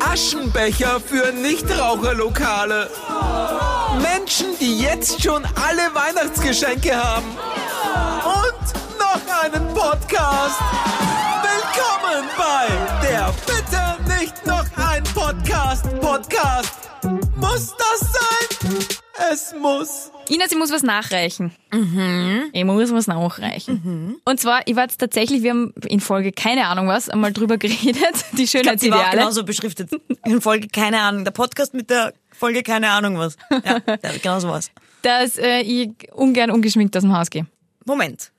Aschenbecher für Nichtraucherlokale. Menschen, die jetzt schon alle Weihnachtsgeschenke haben. Und noch einen Podcast. Willkommen bei der Bitte nicht noch ein Podcast. Podcast. Muss das sein? Es muss. Ines, ich muss was nachreichen. Mhm. Ich muss was nachreichen. Und zwar, ich war jetzt tatsächlich, wir haben in Folge, keine Ahnung was, einmal drüber geredet, die Sie war auch Schönheitsideale. genauso beschriftet. In Folge keine Ahnung. Der Podcast mit der Folge keine Ahnung was. Ja, der- genau so was. dass äh, ich ungern ungeschminkt aus dem Haus gehe. Moment.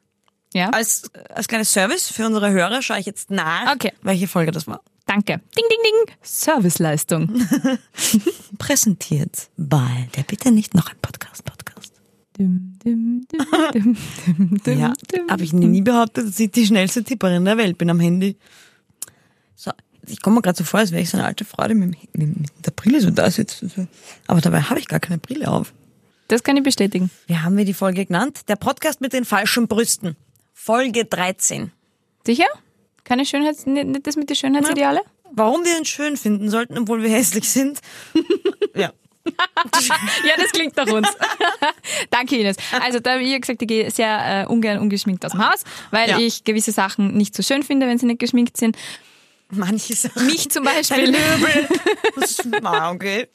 Ja? Als, als kleines Service für unsere Hörer schaue ich jetzt nach, Okay. welche Folge das war. Danke. Ding, ding, ding. Serviceleistung. Präsentiert bei der Bitte nicht noch ein Podcast Podcast. Dim, dim, dim, dim, dim, dim, Ja, dim. habe ich nie behauptet, dass ich die schnellste Tipperin der Welt bin am Handy. So, ich komme mir gerade so vor, als wäre ich so eine alte Frau, die mit, mit, mit der Brille so da sitzt. und So. Aber dabei habe ich gar keine Brille auf. Das kann ich bestätigen. Wie haben wir die Folge genannt? Der Podcast mit den falschen Brüsten. Folge 13. Sicher? Keine Schönheits... n- n- Das mit den Schönheitsideale? Warum wir uns schön finden sollten, obwohl wir hässlich sind. ja. Ja, das klingt nach uns. Danke, Ines. Also, da wie gesagt, ich gehe sehr äh, ungern ungeschminkt aus dem Haus, weil Ja. ich gewisse Sachen nicht so schön finde, wenn sie nicht geschminkt sind. Manche Sachen. Mich zum Deine Beispiel, Löbel. Das ist- Ah, okay.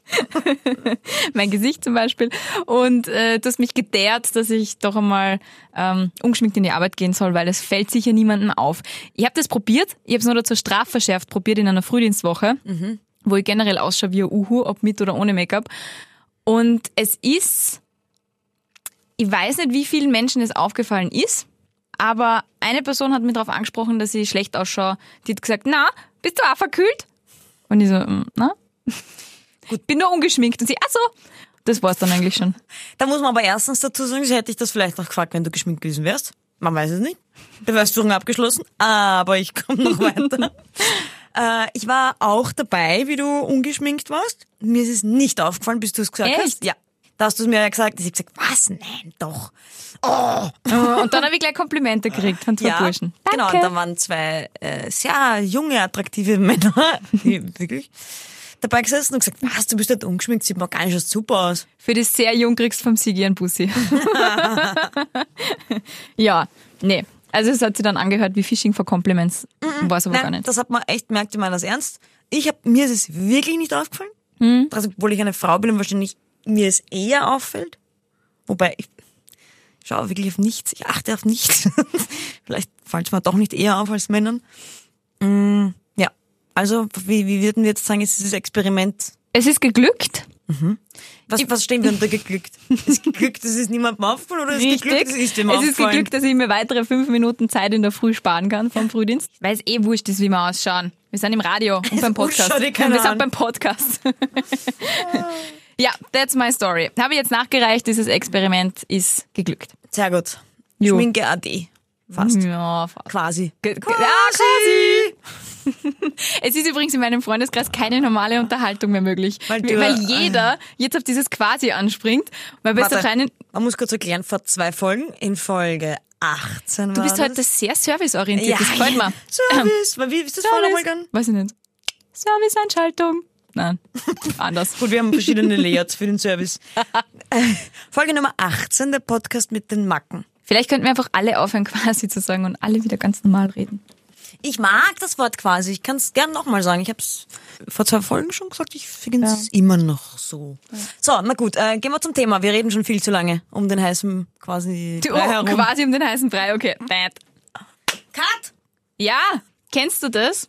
mein Gesicht zum Beispiel. Und äh, du hast mich gedehrt, dass ich doch einmal ähm, ungeschminkt in die Arbeit gehen soll, weil es fällt sicher niemandem auf. Ich habe das probiert, ich habe es nur dazu strafverschärft probiert in einer Frühdienstwoche, wo ich generell ausschaue wie ein Uhu, ob mit oder ohne Make-up. Und es ist, ich weiß nicht, wie vielen Menschen es aufgefallen ist, aber eine Person hat mich darauf angesprochen, dass ich schlecht ausschaue. Die hat gesagt, na, bist du auch verkühlt? Und ich so, "Mm, na? Gut, bin nur ungeschminkt. Und sie, ach so, das war's dann eigentlich schon. Da muss man aber erstens dazu sagen, sie hätte ich das vielleicht noch gefragt, wenn du geschminkt gewesen wärst. Man weiß es nicht. Beweisführung abgeschlossen, aber ich komme noch weiter. äh, ich war auch dabei, wie du ungeschminkt warst. Mir ist es nicht aufgefallen, bis du es gesagt hast. Echt? Ja. Da hast du es mir ja gesagt. Ich habe gesagt, was? Nein, doch. Oh, Und dann habe ich gleich Komplimente gekriegt von zwei ja, Burschen. Genau, und da waren zwei äh, sehr junge, attraktive Männer, die wirklich dabei gesessen und gesagt, was, du bist halt ungeschminkt, sieht man gar nicht so super aus. Für das sehr jung kriegst du vom Sigi einen Bussi. ja, nee. Also es hat sie dann angehört wie Phishing for Compliments. War aber Nein, gar nicht. Das hat man echt, merkt ihr mal das ernst. Ich hab, mir ist es wirklich nicht aufgefallen. Hm. Also, obwohl ich eine Frau bin und wahrscheinlich mir es eher auffällt. Wobei, ich schaue wirklich auf nichts. Ich achte auf nichts. Vielleicht fällt es mir doch nicht eher auf als Männern. Mm, ja. Also, wie, wie würden wir jetzt sagen, ist dieses Experiment? Es ist geglückt. Was, was stehen wir unter geglückt? Ist geglückt, es ist niemandem aufgefallen oder ist geglückt, es ist dem es ist aufgefallen? geglückt, dass ich mir weitere fünf Minuten Zeit in der Früh sparen kann vom Frühdienst. Weil es eh wurscht ist, wie wir ausschauen. Wir sind im Radio und beim Podcast. schau dir keiner wir sind an. beim Podcast. ja, that's my story. Habe ich jetzt nachgereicht, dieses Experiment ist geglückt. Sehr gut. Jo. Schminke AD. Fast. Ja, fast. Quasi. Ge- ge- Ah, Es ist übrigens in meinem Freundeskreis keine normale Unterhaltung mehr möglich. Weil Weil, du- jeder jetzt auf dieses Quasi anspringt. Weil bester Warte, Freundin, man muss kurz erklären, vor zwei Folgen, in Folge 18 du war bist das. heute sehr serviceorientiert, das gefällt mir. Service. Weil wie ist das vorhin nochmal gegangen? Weiß ich nicht. Serviceeinschaltung. Nein, anders. Gut, wir haben verschiedene Layouts für den Service. Äh, Folge Nummer 18, der Podcast mit den Macken. Vielleicht könnten wir einfach alle aufhören, quasi zu sagen und alle wieder ganz normal reden. Ich mag das Wort quasi. Ich kann es gern nochmal sagen. Ich habe es vor zwei Folgen schon gesagt. Ich finde es immer noch so. So, na gut, äh, gehen wir zum Thema. Wir reden schon viel zu lange um den heißen quasi. Du, Brei oh, herum. quasi um den heißen Brei, okay. Bad. Cut! Ja, kennst du das?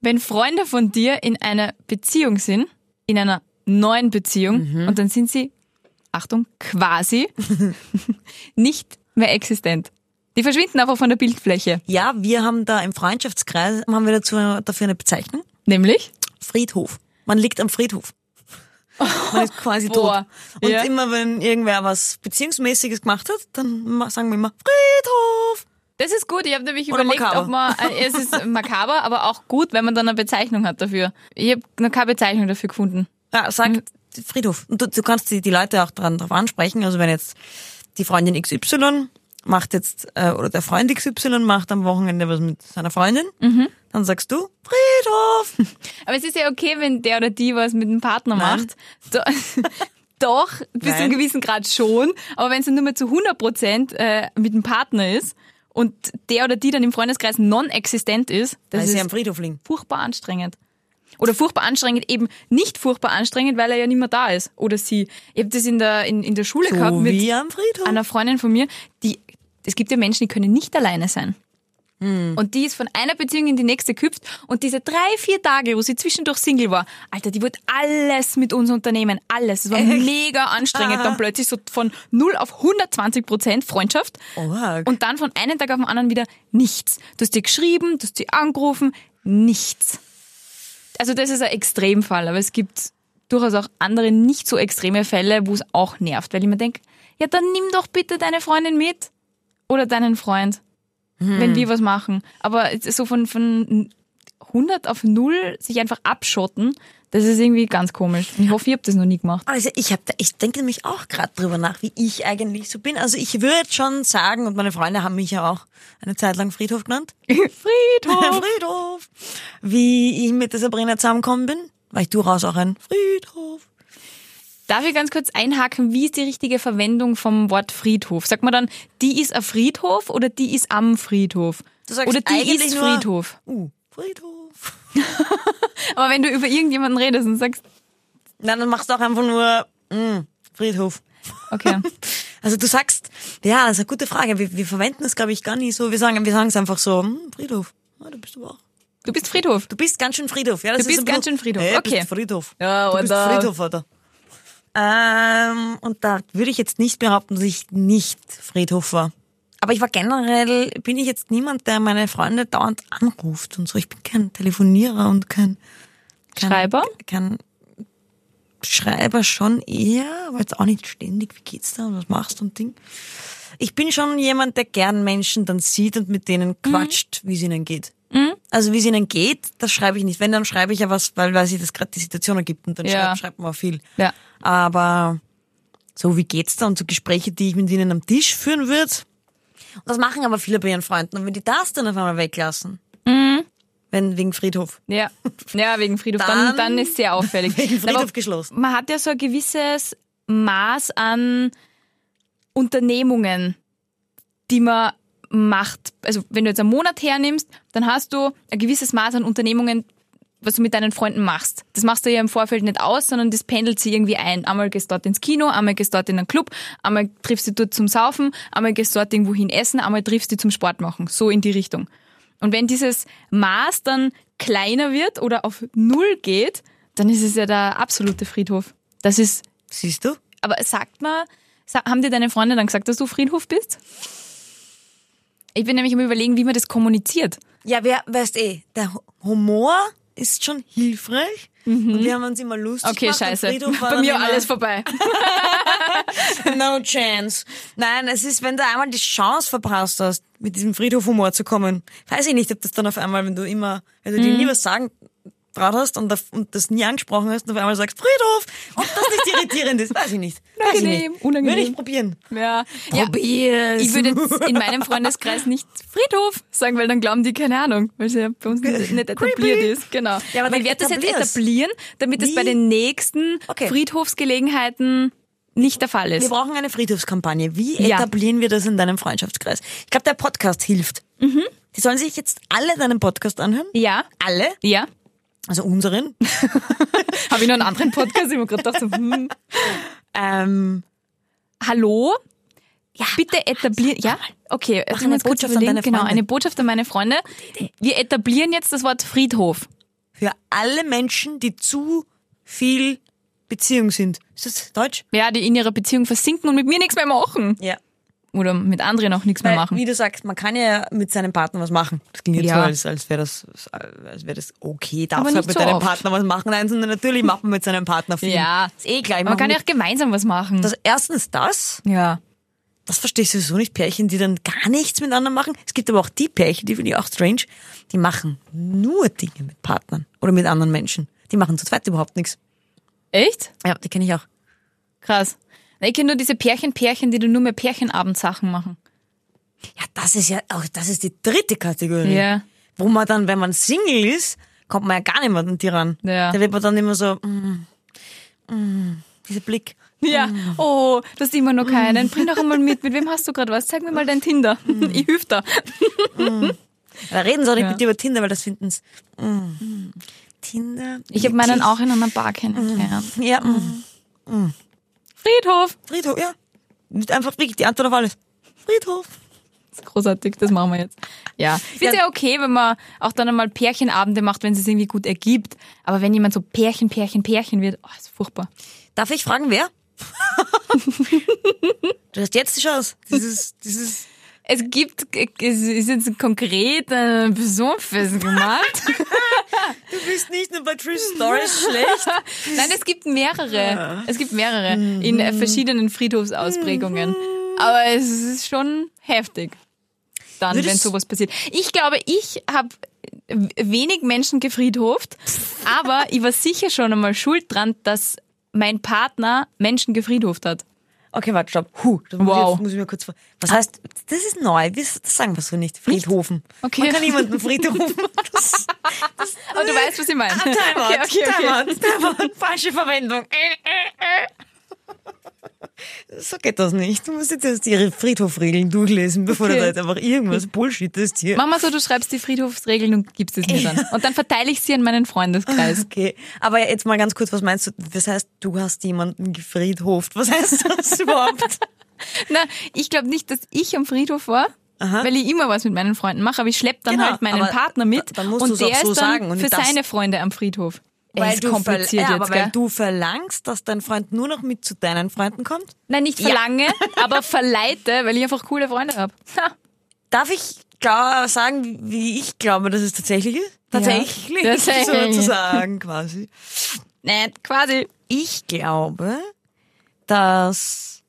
Wenn Freunde von dir in einer Beziehung sind, in einer neuen Beziehung, und dann sind sie, Achtung, quasi nicht mehr existent. Die verschwinden einfach von der Bildfläche. Ja, wir haben da im Freundschaftskreis, haben wir dazu, dafür eine Bezeichnung. Nämlich? Friedhof. Man liegt am Friedhof. Man ist quasi boah. tot. Und Ja. immer wenn irgendwer was Beziehungsmäßiges gemacht hat, dann ma- sagen wir immer Friedhof. Das ist gut. Ich habe nämlich Oder überlegt, makaber. ob man. Äh, es ist makaber, aber auch gut, wenn man dann eine Bezeichnung hat dafür. Ich habe noch keine Bezeichnung dafür gefunden. Ja, sagt Mhm. Friedhof. Und du, du kannst die, die Leute auch dran, drauf ansprechen. Also wenn jetzt die Freundin XY macht jetzt, äh, oder der Freund XY macht am Wochenende was mit seiner Freundin, Mhm. dann sagst du, Friedhof. Aber es ist ja okay, wenn der oder die was mit dem Partner Nein. macht. Do Doch, bis zu Nein. einem gewissen Grad schon. Aber wenn es dann nur mehr zu 100 Prozent äh, mit dem Partner ist und der oder die dann im Freundeskreis non-existent ist, das Weil sie ist am Friedhof liegen. furchtbar anstrengend. Oder furchtbar anstrengend, eben nicht furchtbar anstrengend, weil er ja nicht mehr da ist. Oder sie. Ich habe das in der, in, in der Schule gehabt So mit wie am Friedhof. einer Freundin von mir, die, es gibt ja Menschen, die können nicht alleine sein. Und die ist von einer Beziehung in die nächste gehüpft und diese drei, vier Tage, wo sie zwischendurch Single war, Alter, die wollte alles mit uns unternehmen, alles. Es war mega anstrengend. Dann plötzlich so von 0 auf 120 Prozent Freundschaft Org. und dann von einem Tag auf den anderen wieder nichts. Du hast dir geschrieben, du hast sie angerufen, nichts. Also das ist ein Extremfall, aber es gibt durchaus auch andere nicht so extreme Fälle, wo es auch nervt, weil ich mir denke, ja, dann nimm doch bitte deine Freundin mit oder deinen Freund, wenn wir was machen. Aber so von, von 100 auf 0 sich einfach abschotten, das ist irgendwie ganz komisch. Und ich hoffe, ihr habt das noch nie gemacht. Also ich hab, da- ich denke nämlich auch gerade drüber nach, wie ich eigentlich so bin. Also ich würde schon sagen, und meine Freunde haben mich ja auch eine Zeit lang Friedhof genannt. Friedhof! Friedhof. Wie ich mit der Sabrina zusammengekommen bin, war ich durchaus auch ein Friedhof. Darf ich ganz kurz einhaken, wie ist die richtige Verwendung vom Wort Friedhof? Sagt man dann, die ist ein Friedhof oder die ist am Friedhof? Du sagst oder die eigentlich ist nur- Friedhof. Uh, Friedhof. Aber wenn du über irgendjemanden redest und sagst, Nein, dann machst du auch einfach nur mm, Friedhof. okay, Also du sagst, ja, das ist eine gute Frage. Wir, wir verwenden es, glaube ich, gar nicht so. Wir sagen wir sagen es einfach so, hm, Friedhof. Ja, du bist aber auch. du bist Friedhof. Du bist ganz schön Friedhof. Ja, das Du ist bist ein bisschen- ganz schön Friedhof. Hey, Okay. Bist Friedhof. Ja, du bist oder- Friedhof, oder? Ähm, und da würde ich jetzt nicht behaupten, dass ich nicht Friedhof war. Aber ich war generell, bin ich jetzt niemand, der meine Freunde dauernd anruft und so. Ich bin kein Telefonierer und kein, kein Schreiber? Kein Ähm, Schreiber schon eher, aber jetzt auch nicht ständig. Wie geht's da und was machst du und Ding. Ich bin schon jemand, der gern Menschen dann sieht und mit Mhm. denen quatscht, wie es ihnen geht. Also wie es ihnen geht, das schreibe ich nicht. Wenn, dann schreibe ich ja was, weil, weil sich das gerade die Situation ergibt und dann Ja. schreibt, schreibt man auch viel. Ja. Aber so, wie geht's da? Und so Gespräche, die ich mit ihnen am Tisch führen würde. Und das machen aber viele bei ihren Freunden. Und wenn die das dann auf einmal weglassen, Mhm. wenn wegen Friedhof. Ja, ja wegen Friedhof. Dann, Dann- dann ist sehr auffällig. Wegen Friedhof Aber geschlossen. Man hat ja so ein gewisses Maß an Unternehmungen, die man macht. Also wenn du jetzt einen Monat hernimmst, dann hast du ein gewisses Maß an Unternehmungen, was du mit deinen Freunden machst. Das machst du ja im Vorfeld nicht aus, sondern das pendelt sie irgendwie ein. Einmal gehst du dort ins Kino, einmal gehst du dort in einen Club, einmal triffst du dort zum Saufen, einmal gehst du dort irgendwo hin essen, einmal triffst du zum Sport machen. So in die Richtung. Und wenn dieses Maß dann kleiner wird oder auf Null geht, dann ist es ja der absolute Friedhof. Das ist, Siehst du? aber sagt mal, sa- haben dir deine Freunde dann gesagt, dass du Friedhof bist? Ich bin nämlich am überlegen, wie man das kommuniziert. Ja, wer, weißt eh, der Hu- Humor ist schon hilfreich. Und wir haben uns immer lustig Mhm. Okay, gemacht. und scheiße. Friedhof war Bei dann mir immer, alles vorbei. No chance. Nein, es ist, wenn du einmal die Chance verpasst hast, mit diesem Friedhof-Humor zu kommen. Weiß ich nicht, ob das dann auf einmal, wenn du immer, wenn Mhm. du dir nie was sagen traut hast und, auf- und das nie angesprochen hast und auf einmal sagst, Friedhof, ob das nicht irritierend ist, weiß ich nicht. Weiß ich Unangenehm, nicht. unangenehm. Würde ich probieren. Ja. ja. Probier's. Ich würde jetzt in meinem Freundeskreis nicht Friedhof sagen, weil dann glauben die keine Ahnung, weil es ja bei uns nicht nicht etabliert Creepy. ist. Genau. Ja, aber aber dann ich werde das jetzt etablier's. etablieren, damit es Wie? bei den nächsten Okay. Friedhofsgelegenheiten nicht der Fall Wir ist. brauchen eine Friedhofskampagne. Wie Ja. etablieren wir das in deinem Freundschaftskreis? Ich glaube, der Podcast hilft. Die sollen sich jetzt alle deinen Podcast anhören. Ja. Alle. Ja. Also unseren. Habe ich noch einen anderen Podcast, ich habe gerade gedacht, so, hm. Ähm, Hallo? Ja. Bitte etablieren. Ja? Okay, jetzt eine haben wir uns kurz Botschaft an überlegen. deine Genau, Freunde. eine Botschaft an meine Freunde. Wir etablieren jetzt das Wort Friedhof. für alle Menschen, die zu viel Beziehung sind. Ist das Deutsch? Ja, die in ihrer Beziehung versinken und mit mir nichts mehr machen. Ja. Oder mit anderen auch nichts mehr Weil, machen. Wie du sagst, man kann ja mit seinem Partner was machen. Das klingt jetzt Ja. so, als, als wäre das, als wäre das okay. Darf Aber halt nicht mit so deinem oft. Partner was machen? Nein, sondern natürlich macht man mit seinem Partner viel. Ja. Ist eh gleich. Man machen kann ja wir- auch gemeinsam was machen. das, erstens das. ja. das verstehe ich sowieso nicht, Pärchen, die dann gar nichts miteinander machen. Es gibt aber auch die Pärchen, die finde ich auch strange, die machen nur Dinge mit Partnern oder mit anderen Menschen. Die machen zu zweit überhaupt nichts. Echt? Ja, die kenne ich auch. Krass. Na, Ich kenne nur diese Pärchen-Pärchen, die dann nur mehr Pärchenabendsachen machen. Ja, das ist ja auch, das ist die dritte Kategorie. Ja. Wo man dann, wenn man Single ist, kommt man ja gar nicht mehr an die ran. Ja. Da wird man dann immer so, mm, mm, dieser Blick. Ja, oh, du hast immer noch keinen. Bring doch einmal mit. Mit wem hast du gerade was? Zeig mir mal dein Tinder. Ich hüpf da. Da reden sie auch nicht Ja. mit dir über Tinder, weil das finden's. Mm. Tinder. Ich habe meinen auch Mhm. in einer Bar kennengelernt. Ja, mm. Friedhof. Friedhof, ja. Mit einfach wirklich die Antwort auf alles. Friedhof. Das ist großartig, das machen wir jetzt. Ja. Ich finde ja. ja okay, wenn man auch dann einmal Pärchenabende macht, wenn es sich irgendwie gut ergibt. Aber wenn jemand so Pärchen, Pärchen, Pärchen wird, oh, ist furchtbar. Darf ich fragen, wer? du hast jetzt die Chance. Dieses, dieses, Es gibt, es ist jetzt konkret äh, eine Person festgemacht. du bist nicht nur bei True Stories schlecht. Nein, es gibt mehrere. Es gibt mehrere in äh, verschiedenen Friedhofsausprägungen. Aber es ist schon heftig, dann, Würdest- wenn sowas passiert. Ich glaube, ich habe wenig Menschen gefriedhoft, aber ich war sicher schon einmal schuld dran, dass mein Partner Menschen gefriedhoft hat. Okay, warte, stopp. Huh, das muss Wow. ich, jetzt- muss ich mir kurz vor. Was heißt, das ist neu. Wir- Das sagen wir so nicht. Friedhofen. Okay. Man kann niemanden Friedhofen. Das, Aber du weißt, was ich meine. Timeout, Okay, okay, okay. Timeout, Timeout. Falsche Verwendung. Äh, So geht das nicht. Du musst jetzt erst ihre Friedhofregeln durchlesen, bevor Okay. du da jetzt einfach irgendwas bullshittest hier. Mach mal so, du schreibst die Friedhofsregeln und gibst es mir dann. Und dann verteile ich sie an meinen Freundeskreis. Okay, aber jetzt mal ganz kurz, was meinst du? Das heißt, du hast jemanden gefriedhoft. Was heißt das überhaupt? Na, ich glaube nicht, dass ich am Friedhof war. Weil ich immer was mit meinen Freunden mache, aber ich schlepp dann Genau, halt meinen aber Partner da- mit dann musst und du's auch der so ist dann sagen und für du darfst- seine Freunde am Friedhof. Weil ist du kompliziert verl- ja, aber jetzt, weil gell? du verlangst, dass dein Freund nur noch mit zu deinen Freunden kommt? Nein, nicht verlange, aber verleite, weil ich einfach coole Freunde habe. Darf ich klar sagen, wie ich glaube, dass es tatsächlich ist? Tatsächlich, Tatsächlich. sozusagen quasi. Nein, quasi. Ich glaube, dass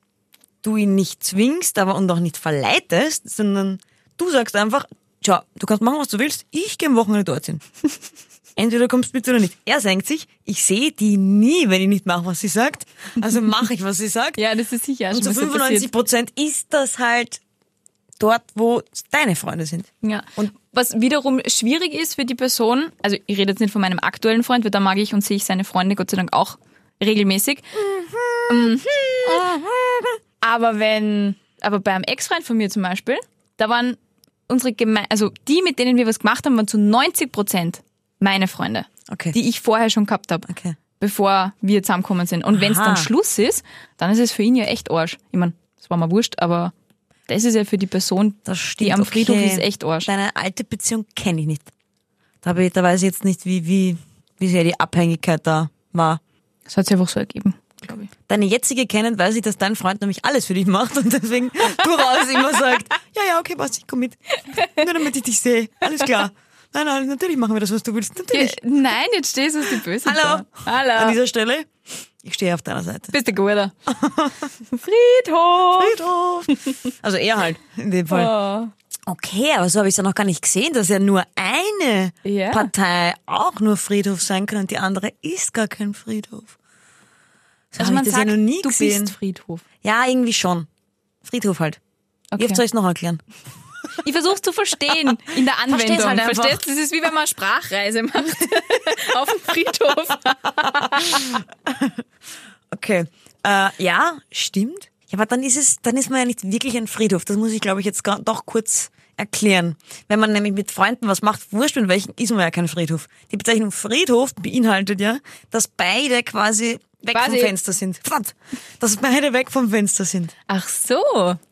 du ihn nicht zwingst, aber und auch nicht verleitest, sondern du sagst einfach, tja, du kannst machen, was du willst, ich gehe am Wochenende dorthin. Entweder du kommst mit oder nicht. Er senkt sich, ich sehe die nie, wenn ich nicht mache, was sie sagt. Also mache ich, was sie sagt. Ja, das ist sicher. schon Und zu was da 95 passiert. Prozent ist das halt dort, wo deine Freunde sind. Ja. Und- was wiederum schwierig ist für die Person, also ich rede jetzt nicht von meinem aktuellen Freund, weil da mag ich und sehe ich seine Freunde Gott sei Dank auch regelmäßig. Mhm. Aber wenn, aber bei einem Ex-Freund von mir zum Beispiel, da waren unsere Geme also die, mit denen wir was gemacht haben, waren zu 90 Prozent meine Freunde, Okay. die ich vorher schon gehabt habe, Okay. bevor wir zusammengekommen sind. Und wenn es Aha. dann Schluss ist, dann ist es für ihn ja echt Arsch. Ich meine, das war mir wurscht, aber das ist ja für die Person, Das die stimmt, am Friedhof okay. ist, echt Arsch. Deine alte Beziehung kenne ich nicht. Da, hab ich, da weiß ich jetzt nicht, wie, wie, wie sehr die Abhängigkeit da war. Das hat sich einfach so ergeben, glaube ich. Deine jetzige kennen, weiß ich, dass dein Freund nämlich alles für dich macht und deswegen durchaus immer sagt, ja, ja, okay, passt, ich komm mit. Nur damit ich dich sehe. Alles klar. Nein, nein, natürlich machen wir das, was du willst. Natürlich. nein, jetzt stehst du die Böse. Hallo. An Hallo. dieser Stelle, ich stehe auf deiner Seite. Bist du guter. Friedhof. Friedhof. Also er halt, in dem Oh. Fall. Okay, aber so habe ich es ja noch gar nicht gesehen, dass ja nur eine Ja. Partei auch nur Friedhof sein kann und die andere ist gar kein Friedhof. So Also hab man ich das sagt, ja noch nie du gesehen. bist Friedhof. ja, irgendwie schon. Friedhof halt. Wie oft Okay. soll ich es noch erklären? Ich versuch's zu verstehen in der Anwendung. Versteh's halt einfach. Verstehst? Das ist wie wenn man eine Sprachreise macht auf dem Friedhof. Okay. Äh, ja, stimmt. Ja, aber dann ist es, dann ist man ja nicht wirklich ein Friedhof. Das muss ich, glaube ich, jetzt gar, doch kurz erklären. Wenn man nämlich mit Freunden was macht, wurscht mit welchen, ist man ja kein Friedhof. Die Bezeichnung Friedhof beinhaltet ja, dass beide quasi weg Quasi. vom Fenster sind. Verdammt. Dass beide weg vom Fenster sind. Ach so,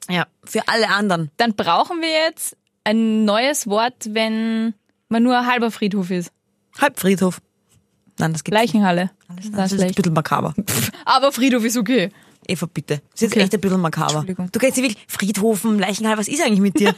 Ja. Für alle anderen. dann brauchen wir jetzt ein neues Wort, wenn man nur ein halber Friedhof ist. Halbfriedhof. Nein, das gibt's nicht. Leichenhalle. Das ist ein bisschen makaber. Aber Friedhof ist okay. Eva, bitte. Das ist jetzt Okay. echt ein bisschen makaber. Entschuldigung. Du kennst sie wirklich Friedhofen, Leichenhall, was ist eigentlich mit dir?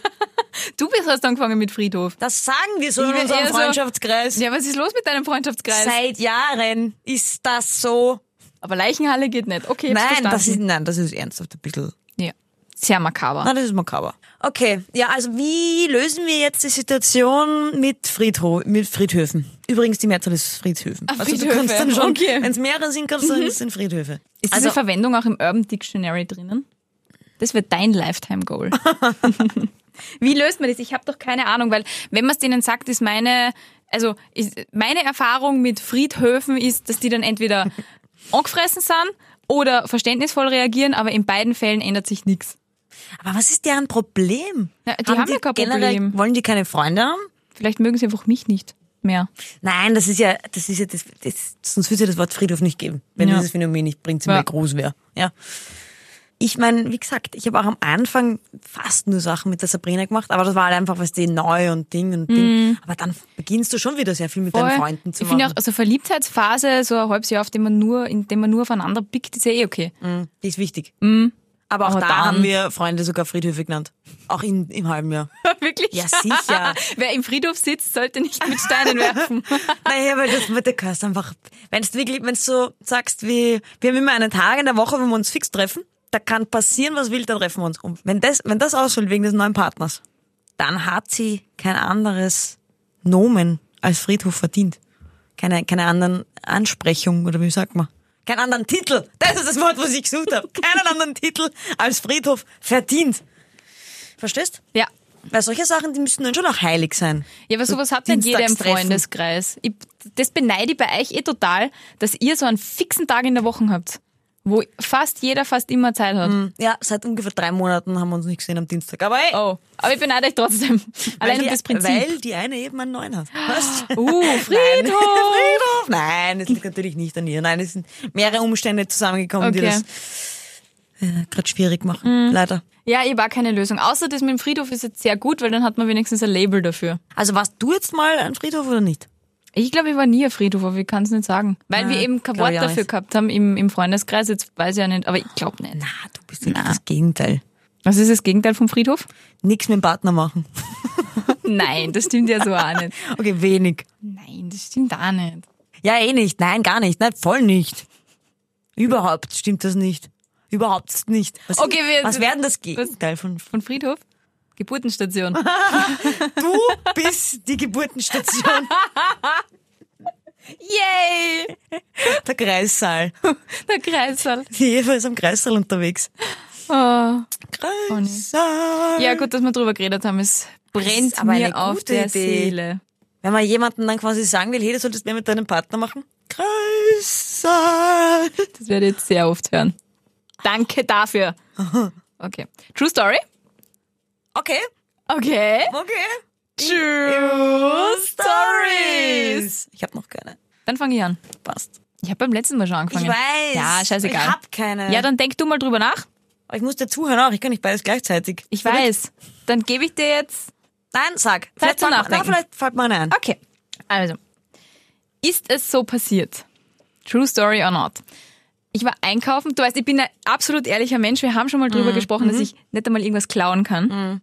Du bist hast angefangen mit Friedhof. Das sagen wir so Ich in bin unserem eher so- Freundschaftskreis. Ja, was ist los mit deinem Freundschaftskreis? Seit Jahren ist das so. Aber Leichenhalle geht nicht. Okay, jetzt Nein, verstanden. das ist, nein, das ist ernsthaft ein bisschen. ja. sehr makaber. Nein, das ist makaber. Okay, ja, also wie lösen wir jetzt die Situation mit Friedho mit Friedhöfen? Übrigens, die Mehrzahl ist Friedhöfen. also du Friedhöfe, kannst dann schon, okay. Mhm. wenn es mehrere sind, kannst du sagen, es sind Friedhöfe. Ist also, diese Verwendung auch im Urban Dictionary drinnen? Das wäre dein Lifetime-Goal. Wie löst man das? Ich habe doch keine Ahnung, weil wenn man es denen sagt, ist meine, also ist, meine Erfahrung mit Friedhöfen ist, dass die dann entweder angefressen sind oder verständnisvoll reagieren, aber in beiden Fällen ändert sich nichts. Aber was ist deren Problem? Ja, die haben ja kein Problem. Wollen die keine Freunde haben? Vielleicht mögen sie einfach mich nicht mehr. Nein, das ist ja, das ist ja, das, das sonst würde es ja das Wort Friedhof nicht geben, wenn Ja. dieses Phänomen nicht prinzipiell Ja. groß wäre. Ja. Ich meine, wie gesagt, ich habe auch am Anfang fast nur Sachen mit der Sabrina gemacht, aber das war halt einfach, was die neu und Ding und Ding. Aber dann beginnst du schon wieder sehr viel mit deinen Mhm. Voll. Freunden zu ich machen. finde auch, also Verliebtheitsphase, so ein halbes Jahr, auf dem man nur, in dem man nur aufeinander pickt, ist ja eh okay. Mhm, Die ist wichtig. Aber auch Mhm. Aber da dann- haben wir Freunde sogar Friedhöfe genannt. Auch in, im halben Jahr. Wirklich? Ja, sicher. Wer im Friedhof sitzt, sollte nicht mit Steinen werfen. Naja, weil das mit der gehörst einfach, wenn du wirklich, wenn du so sagst, wie, wir haben immer einen Tag in der Woche, wo wir uns fix treffen, da kann passieren, was will, dann treffen wir uns. Und wenn das, wenn das ausfällt wegen des neuen Partners, dann hat sie kein anderes Nomen als Friedhof verdient. Keine, keine anderen Ansprechung oder wie sagt man? Keinen anderen Titel. Das ist das Wort, was ich gesucht habe. Keinen anderen Titel als Friedhof verdient. Verstehst? ja. Weil solche Sachen, die müssen dann schon auch heilig sein. Ja, aber sowas hat nicht jeder im Dienstagstreffen. Freundeskreis. Ich, das beneide ich bei euch eh total, dass ihr so einen fixen Tag in der Woche habt, wo fast jeder fast immer Zeit hat. Ja, seit ungefähr drei Monaten haben wir uns nicht gesehen am Dienstag. Aber ey, Oh, aber ich beneide euch trotzdem. Allein weil um die, das Prinzip. Weil die eine eben einen neuen hat. Weißt du? uh, Nein. Friedhof! Friedhof! Nein, das liegt natürlich nicht an ihr. Nein, es sind mehrere Umstände zusammengekommen, die Okay. Mhm. das äh, gerade schwierig machen. Leider. Ja, ich war keine Lösung. Außer das mit dem Friedhof ist jetzt sehr gut, weil dann hat man wenigstens ein Label dafür. Also warst du jetzt mal ein Friedhof oder nicht? Ich glaube, ich war nie ein Friedhof, aber ich kann es nicht sagen. Weil wir eben kein glaub Wort ich auch dafür nicht. gehabt haben im, im Freundeskreis. Jetzt weiß ich ja nicht, aber ich glaube nicht. Na, du bist jetzt das Gegenteil. Was ist das Gegenteil vom Friedhof? Nichts mit dem Partner machen. Nein, das stimmt ja so auch nicht. Okay, wenig. Nein, das stimmt auch nicht. Ja, eh nicht. Nein, gar nicht. Nein, voll nicht. Überhaupt stimmt das nicht. Überhaupt nicht. Was, Okay, wir- was werden das Gegenteil von Von Friedhof? Geburtenstation. Du bist die Geburtenstation, Yay! der Kreissaal. Der Kreissaal. Die Eva ist am Kreissaal unterwegs. Oh. Kreissaal. Ja, gut, dass wir drüber geredet haben. Es brennt ist aber mir eine auf gute der Idee. Seele. Wenn man jemanden dann quasi sagen will, hey, das solltest du mehr mit deinem Partner machen. Kreissaal. Das werde ich jetzt sehr oft hören. Danke dafür. Okay. True Story? Okay, Okay. okay. True Ich habe noch keine. Dann fange ich an. Passt. Ich habe beim letzten Mal schon angefangen. Ja, scheißegal. Ich hab äh, keine. Ja, dann denk du mal drüber nach. Aber ich muss dir zuhören auch. Ich kann nicht beides gleichzeitig. Ich weiß. Dann gebe ich dir jetzt. Nein, sag. Vielleicht, zum fällt mir- Nachdenken. Na, vielleicht fällt mir einer ein. Okay. Also, ist es so passiert? True story or not? Ich war einkaufen. Du weißt, ich bin ein absolut ehrlicher Mensch. Wir haben schon mal drüber gesprochen, dass ich nicht einmal irgendwas klauen kann.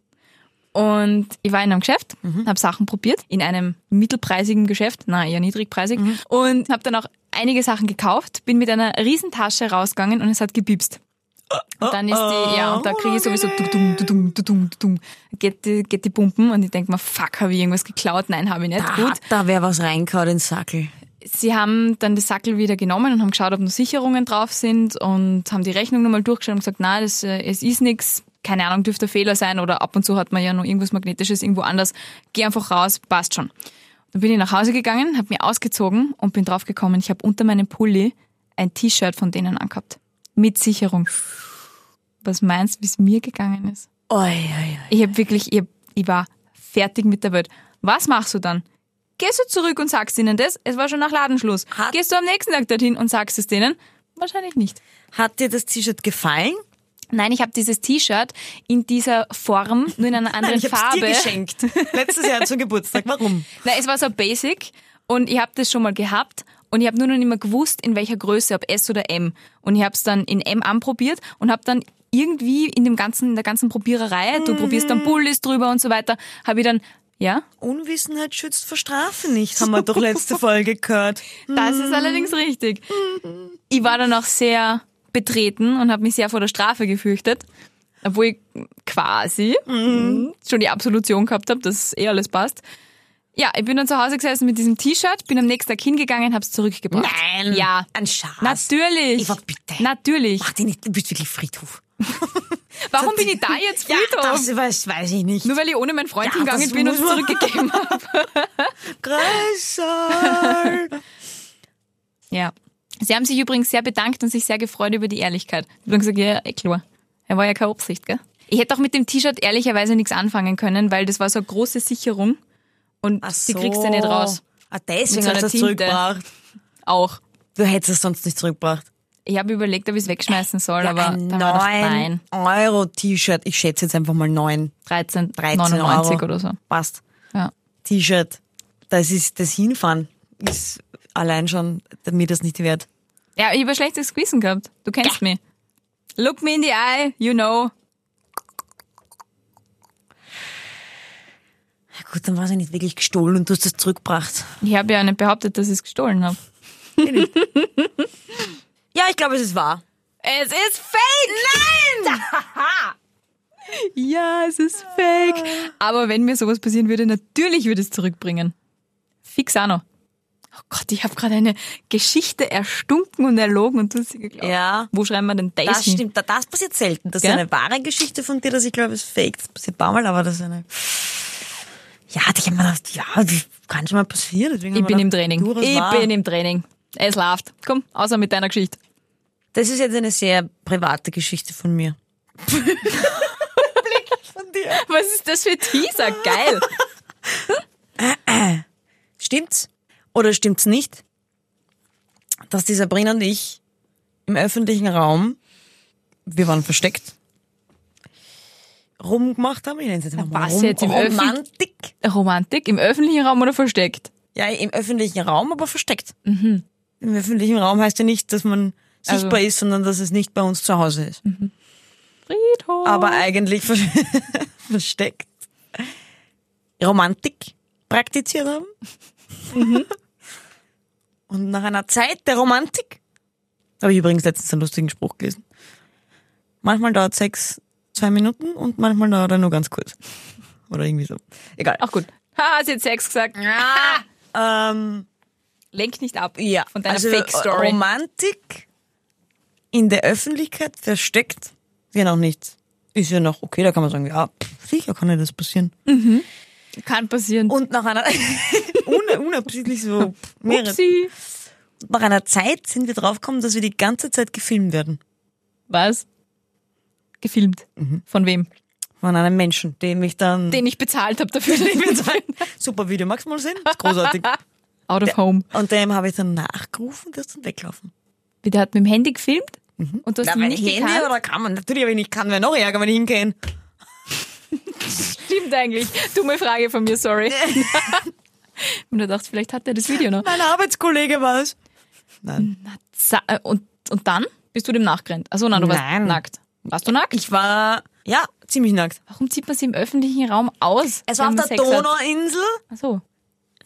Und ich war in einem Geschäft, habe Sachen probiert, in einem mittelpreisigen Geschäft, nein, eher niedrigpreisig, und habe dann auch einige Sachen gekauft, bin mit einer Riesentasche rausgegangen und es hat gepiepst. Und dann ist die, ja, und da kriege ich sowieso du-dum, du-dum, du-dum, du-dum, geht die, geht die Pumpen und ich denk mir, fuck, habe ich irgendwas geklaut? Nein, habe ich nicht. Gut, Hat Ah, da wer was reingehauen ins Sackel? sie haben dann das Sackel wieder genommen und haben geschaut, ob noch Sicherungen drauf sind und haben die Rechnung nochmal durchgeschaut und gesagt, na, das, äh, es ist nichts. Keine Ahnung, dürfte ein Fehler sein oder ab und zu hat man ja noch irgendwas Magnetisches irgendwo anders. Geh einfach raus, passt schon. Dann bin ich nach Hause gegangen, habe mir ausgezogen und bin draufgekommen, ich habe unter meinem Pulli ein T-Shirt von denen angehabt. Mit Sicherung. Was meinst du, wie es mir gegangen ist? Oi, oi, oi. Ich habe wirklich, ich, hab, ich war fertig mit der Welt. Was machst du dann? Gehst du zurück und sagst ihnen das? Es war schon nach Ladenschluss. Hat- Gehst du am nächsten Tag dorthin und sagst es denen? Wahrscheinlich nicht. Hat dir das T-Shirt gefallen? Nein, ich habe dieses T-Shirt in dieser Form, nur in einer anderen Nein, ich hab's Farbe. dir geschenkt. Letztes Jahr zum Geburtstag. Warum? Nein, es war so basic und ich habe das schon mal gehabt und ich habe nur noch nicht mehr gewusst, in welcher Größe, ob S oder M. Und ich habe es dann in M anprobiert und habe dann irgendwie in dem ganzen, in der ganzen Probiererei, du probierst dann Pullis drüber und so weiter, habe ich dann, ja? Unwissenheit schützt vor Strafe nicht, haben wir doch letzte Folge gehört. Das ist allerdings richtig. Ich war dann auch sehr betreten und habe mich sehr vor der Strafe gefürchtet, obwohl ich quasi schon die Absolution gehabt habe, dass eh alles passt. Ja, ich bin dann zu Hause gesessen mit diesem T-Shirt, bin am nächsten Tag hingegangen, hab's zurückgebracht. Nein. Ja. Ein Schatz. Natürlich. Eva, bitte. Natürlich. Mach dich nicht, du bist wirklich Friedhof. Warum bin ich da jetzt Ja, Friedhof? das weiß, weiß ich nicht. Nur weil ich ohne meinen Freund Ja, hingegangen das bin und es muss man- zurückgegeben habe. Größer. Ja. Sie haben sich übrigens sehr bedankt und sich sehr gefreut über die Ehrlichkeit. Sie haben gesagt, ja, eh klar. Er war ja keine Absicht, gell? Ich hätte auch mit dem T-Shirt ehrlicherweise nichts anfangen können, weil das war so eine große Sicherung und Ach die kriegst du nicht so. raus. Ah, Mit deswegen so hast du einer das Tinte. zurückgebracht. Auch. Du hättest es sonst nicht zurückgebracht. Ich habe überlegt, ob ich es wegschmeißen soll, aber ein dann war doch, nein. 9 Euro T-Shirt. Ich schätze jetzt einfach mal 9. 13, 13 99 Euro. oder so. Passt. Ja. T-Shirt. Das ist das Hinfahren. Ist allein schon mir das nicht wert. Ja, ich habe ein schlechtes Gewissen gehabt. Du kennst mich. Look me in the eye, you know. Na gut, dann war es ja nicht wirklich gestohlen und du hast es zurückgebracht. Ich habe ja nicht behauptet, dass ich es gestohlen habe. Ja, ich glaube, es ist wahr. Es ist fake! Nein! ja, es ist fake. Aber wenn mir sowas passieren würde, natürlich würde ich es zurückbringen. Fix auch noch. Oh Gott, ich habe gerade eine Geschichte erstunken und erlogen und du hast sie geglaubt. Ja. Wo schreiben wir denn das? Das hin? stimmt. Da- Das passiert selten. Das Gell? ist eine wahre Geschichte von dir, dass ich glaube, es ist fake. Das passiert ein paar Mal, aber das ist eine. Ja, ich habe mir gedacht, ja, das kann schon mal passieren. Deswegen Ich hab bin mir im gedacht, Training. durchaus Ich wahr. bin im Training. Es läuft. Komm, außer mit deiner Geschichte. Das ist jetzt eine sehr private Geschichte von mir. Blick von dir. Was ist das für Teaser? Geil. Stimmt's oder stimmt's nicht, dass die Sabrina und ich im öffentlichen Raum, wir waren versteckt, rumgemacht haben? Ich nenne es jetzt einfach mal was rum, jetzt im Öffentlich- Romantik. Romantik im öffentlichen Raum oder versteckt? Ja, im öffentlichen Raum, aber versteckt. Im öffentlichen Raum heißt ja nicht, dass man Mhm. Also- sichtbar ist, sondern dass es nicht bei uns zu Hause ist. Friedhof. aber eigentlich ver versteckt Romantik praktiziert haben. Und nach einer Zeit der Romantik habe ich übrigens letztens einen lustigen Spruch gelesen. Manchmal dauert Sex zwei Minuten und manchmal dauert er nur ganz kurz. Oder irgendwie so. Egal. Auch gut. Ha, hast jetzt Sex gesagt. Ähm, Lenk nicht ab ja, von deiner also Fake-Story. Romantik in der Öffentlichkeit versteckt, ja noch nichts. Ist ja noch okay, da kann man sagen, ja, pff, sicher kann ja das passieren. Kann passieren. Und nach einer ohne unabsichtlich so mehrere. Upsi. Nach einer Zeit sind wir draufgekommen, dass wir die ganze Zeit gefilmt werden Was? Gefilmt. Von wem? von einem Menschen, dem ich dann Mhm. Den ich bezahlt habe dafür. Den ich bezahlt. super Video magst du mal sehen, Das ist großartig. Out of home. Und dem habe ich dann nachgerufen, der ist dann weggelaufen. Wie, Der hat mit dem Handy gefilmt und du hast ihn mein nicht Handy gekannt. oder kann man? Natürlich, aber ich nicht kann, wer noch ärger, wenn ich hingehe. Stimmt eigentlich. Dumme Frage von mir, sorry. und du dachtest, vielleicht hat er das Video noch. Mein Arbeitskollege war es. Nein. Sa äh, und, und dann bist du dem nachgerannt. Achso, nein, du Nein. warst nackt. Warst du nackt? Ich war ja ziemlich nackt. Warum zieht man sie im öffentlichen Raum aus? Es war auf wenn man der Sex hat? Donauinsel, Achso.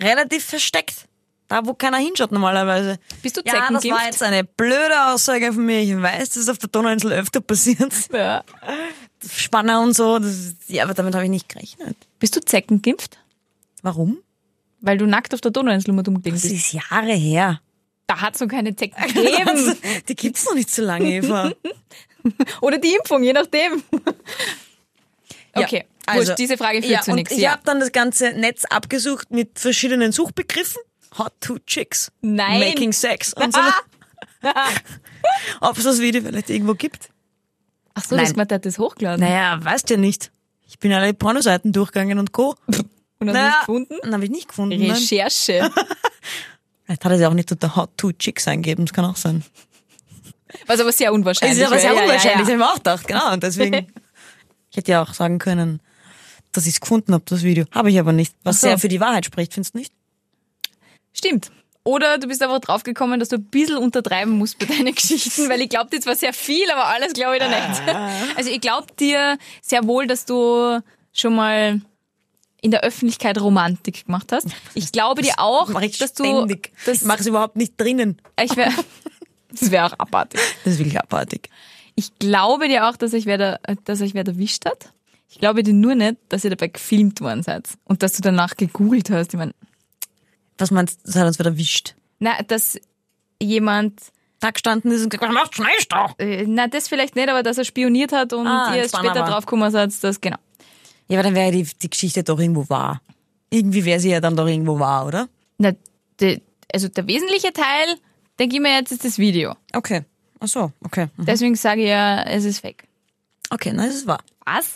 relativ versteckt. Da, wo keiner hinschaut normalerweise. Bist du Ja, das war zeckengeimpft? jetzt eine blöde Aussage von mir. Ich weiß, das ist auf der Donauinsel öfter passiert. Ja. Spanner und so. Das ist, ja, aber damit habe ich nicht gerechnet. Bist du zeckengeimpft? Warum? Weil du nackt auf der Donauinsel mal umgelegen Das bist. ist Jahre her. Also, Da hat so keine Zecken gegeben. Die gibt's noch nicht so lange, Eva. Oder die Impfung, je nachdem. Ja, Okay, also- gut, diese Frage führt ja, zu und nichts. Ich Ja. habe dann das ganze Netz abgesucht mit verschiedenen Suchbegriffen. Hot to Chicks. Nein. Making Sex. Und so. Ob es das Video vielleicht irgendwo gibt. Ach so, das Nein. man hat das hochgeladen Naja, weißt ja nicht. Ich bin alle Pornoseiten durchgegangen und Co. und hast Naja, es gefunden. Dann habe ich nicht gefunden. Nein. Recherche. Vielleicht hat er sie auch nicht unter Hot to Chicks eingeben, das kann auch sein. Was aber sehr unwahrscheinlich Ist ja aber sehr wäre. unwahrscheinlich, Ja, ja, das habe ich mir auch gedacht, genau. Und deswegen, ich hätte ja auch sagen können, dass ich es gefunden habe, das Video. Habe ich aber nicht. Was Ach so. sehr für die Wahrheit spricht, findest du nicht? Stimmt. Oder du bist einfach draufgekommen, dass du ein bisschen untertreiben musst bei deinen Geschichten, weil ich glaube, das war sehr viel, aber alles glaube ich da nicht. Also ich glaube dir sehr wohl, dass du schon mal in der Öffentlichkeit Romantik gemacht hast. Ich glaube dir auch, Mach ich dass du... ständig. Dass, ich mache es überhaupt nicht drinnen. ich wär, das wäre auch abartig. Das ist wirklich abartig. Ich glaube dir auch, dass euch wer, da, dass euch wer erwischt hat. Ich glaube dir nur nicht, dass ihr dabei gefilmt worden seid und dass du danach gegoogelt hast. Ich meine, Was meinst du, das hat uns wieder erwischt? na, dass jemand da gestanden ist und gesagt, was macht schneidest du? Äh, na, das vielleicht nicht, aber dass er spioniert hat und Ah, ihr erst Spanner später war. draufgekommen seid, das genau. Ja, aber dann wäre die, die Geschichte doch irgendwo wahr. Irgendwie wäre sie ja dann doch irgendwo wahr, oder? Na, de, also der wesentliche Teil, denke ich mir jetzt, ist das Video. Okay. Ach so, okay. Mhm. Deswegen sage ich ja, es ist fake. Okay, na, es ist wahr. Was?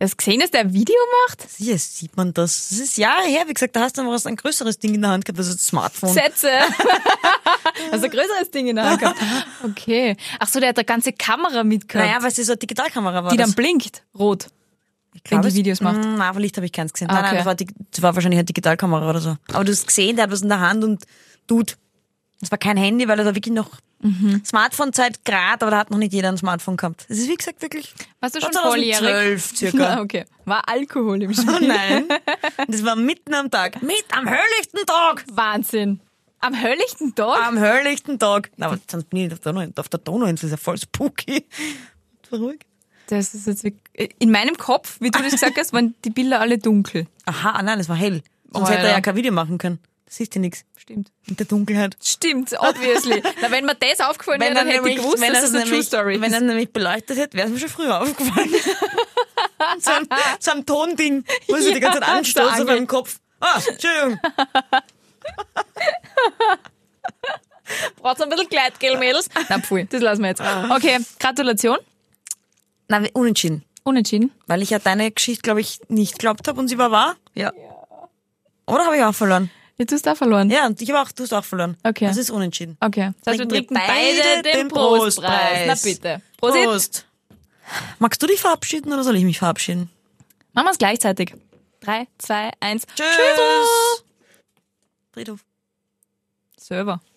Das gesehen, dass der ein Video macht? Hier sieht man das. Es ist Jahre her, wie gesagt, da hast du aber was ein größeres Ding in der Hand gehabt, also das Smartphone. Sätze. also ein größeres Ding in der Hand gehabt. Okay. Ach so, der hat eine ganze Kamera mitgehabt, naja, weil es ist so eine Digitalkamera war. die das. dann blinkt, rot. Ich wenn glaub, die es- Videos macht. Mm, Nein, vielleicht habe ich keins gesehen. Ah, Nein, nein, okay. das war, dig- das war wahrscheinlich eine Digitalkamera oder so. Aber du hast gesehen, der hat was in der Hand und tut. Es war kein Handy, weil er da wirklich noch Mhm. Smartphone-Zeit grad, aber da hat noch nicht jeder ein Smartphone gehabt. Es ist wie gesagt wirklich Warst du schon 2012 volljährig? 2012 circa. okay. War Alkohol im Spiel. Oh nein. Und Das war mitten am Tag. Mit am höllichten Tag. Wahnsinn. Am höllichten Tag? Am höllichten Tag. Na, aber sonst bin ich auf der Donauinsel. Auf der Donauinsel ist ja voll spooky. Verrückt. Das ist jetzt wirklich, äh, in meinem Kopf, wie du das gesagt hast, waren die Bilder alle dunkel. Aha, ah, nein, es war hell. Sonst Oh, hätte er ja. ja kein Video machen können. Das ist ja nichts. Stimmt. Mit der Dunkelheit. Stimmt, obviously. Na, wenn mir das aufgefallen wäre, dann hätte ich gewusst, dass das eine True Story ist. Wenn er nämlich beleuchtet hätte, wäre es mir schon früher aufgefallen. so, ein, so ein Tonding, wo sie die ganze Zeit Ja, so anstoßen angel- beim Kopf. Ah, Entschuldigung. Braucht ein bisschen Kleid, gell, Mädels? Na, pfui, das lassen wir jetzt. Okay, Gratulation. Nein, unentschieden. Unentschieden. Weil ich ja deine Geschichte, glaube ich, nicht geglaubt habe und sie war wahr. Ja. Oder habe ich auch verloren? Jetzt hast du auch verloren. Ja, und ich habe auch, du hast auch verloren. Okay. Das ist unentschieden. Okay. Das heißt, wir trinken Trinken beide, wir beide den den Prostpreis. Prostpreis. Na bitte. Prosit. Magst du dich verabschieden oder soll ich mich verabschieden? Machen wir es gleichzeitig. Drei, zwei, eins. Tschüss. Friedhof. Server.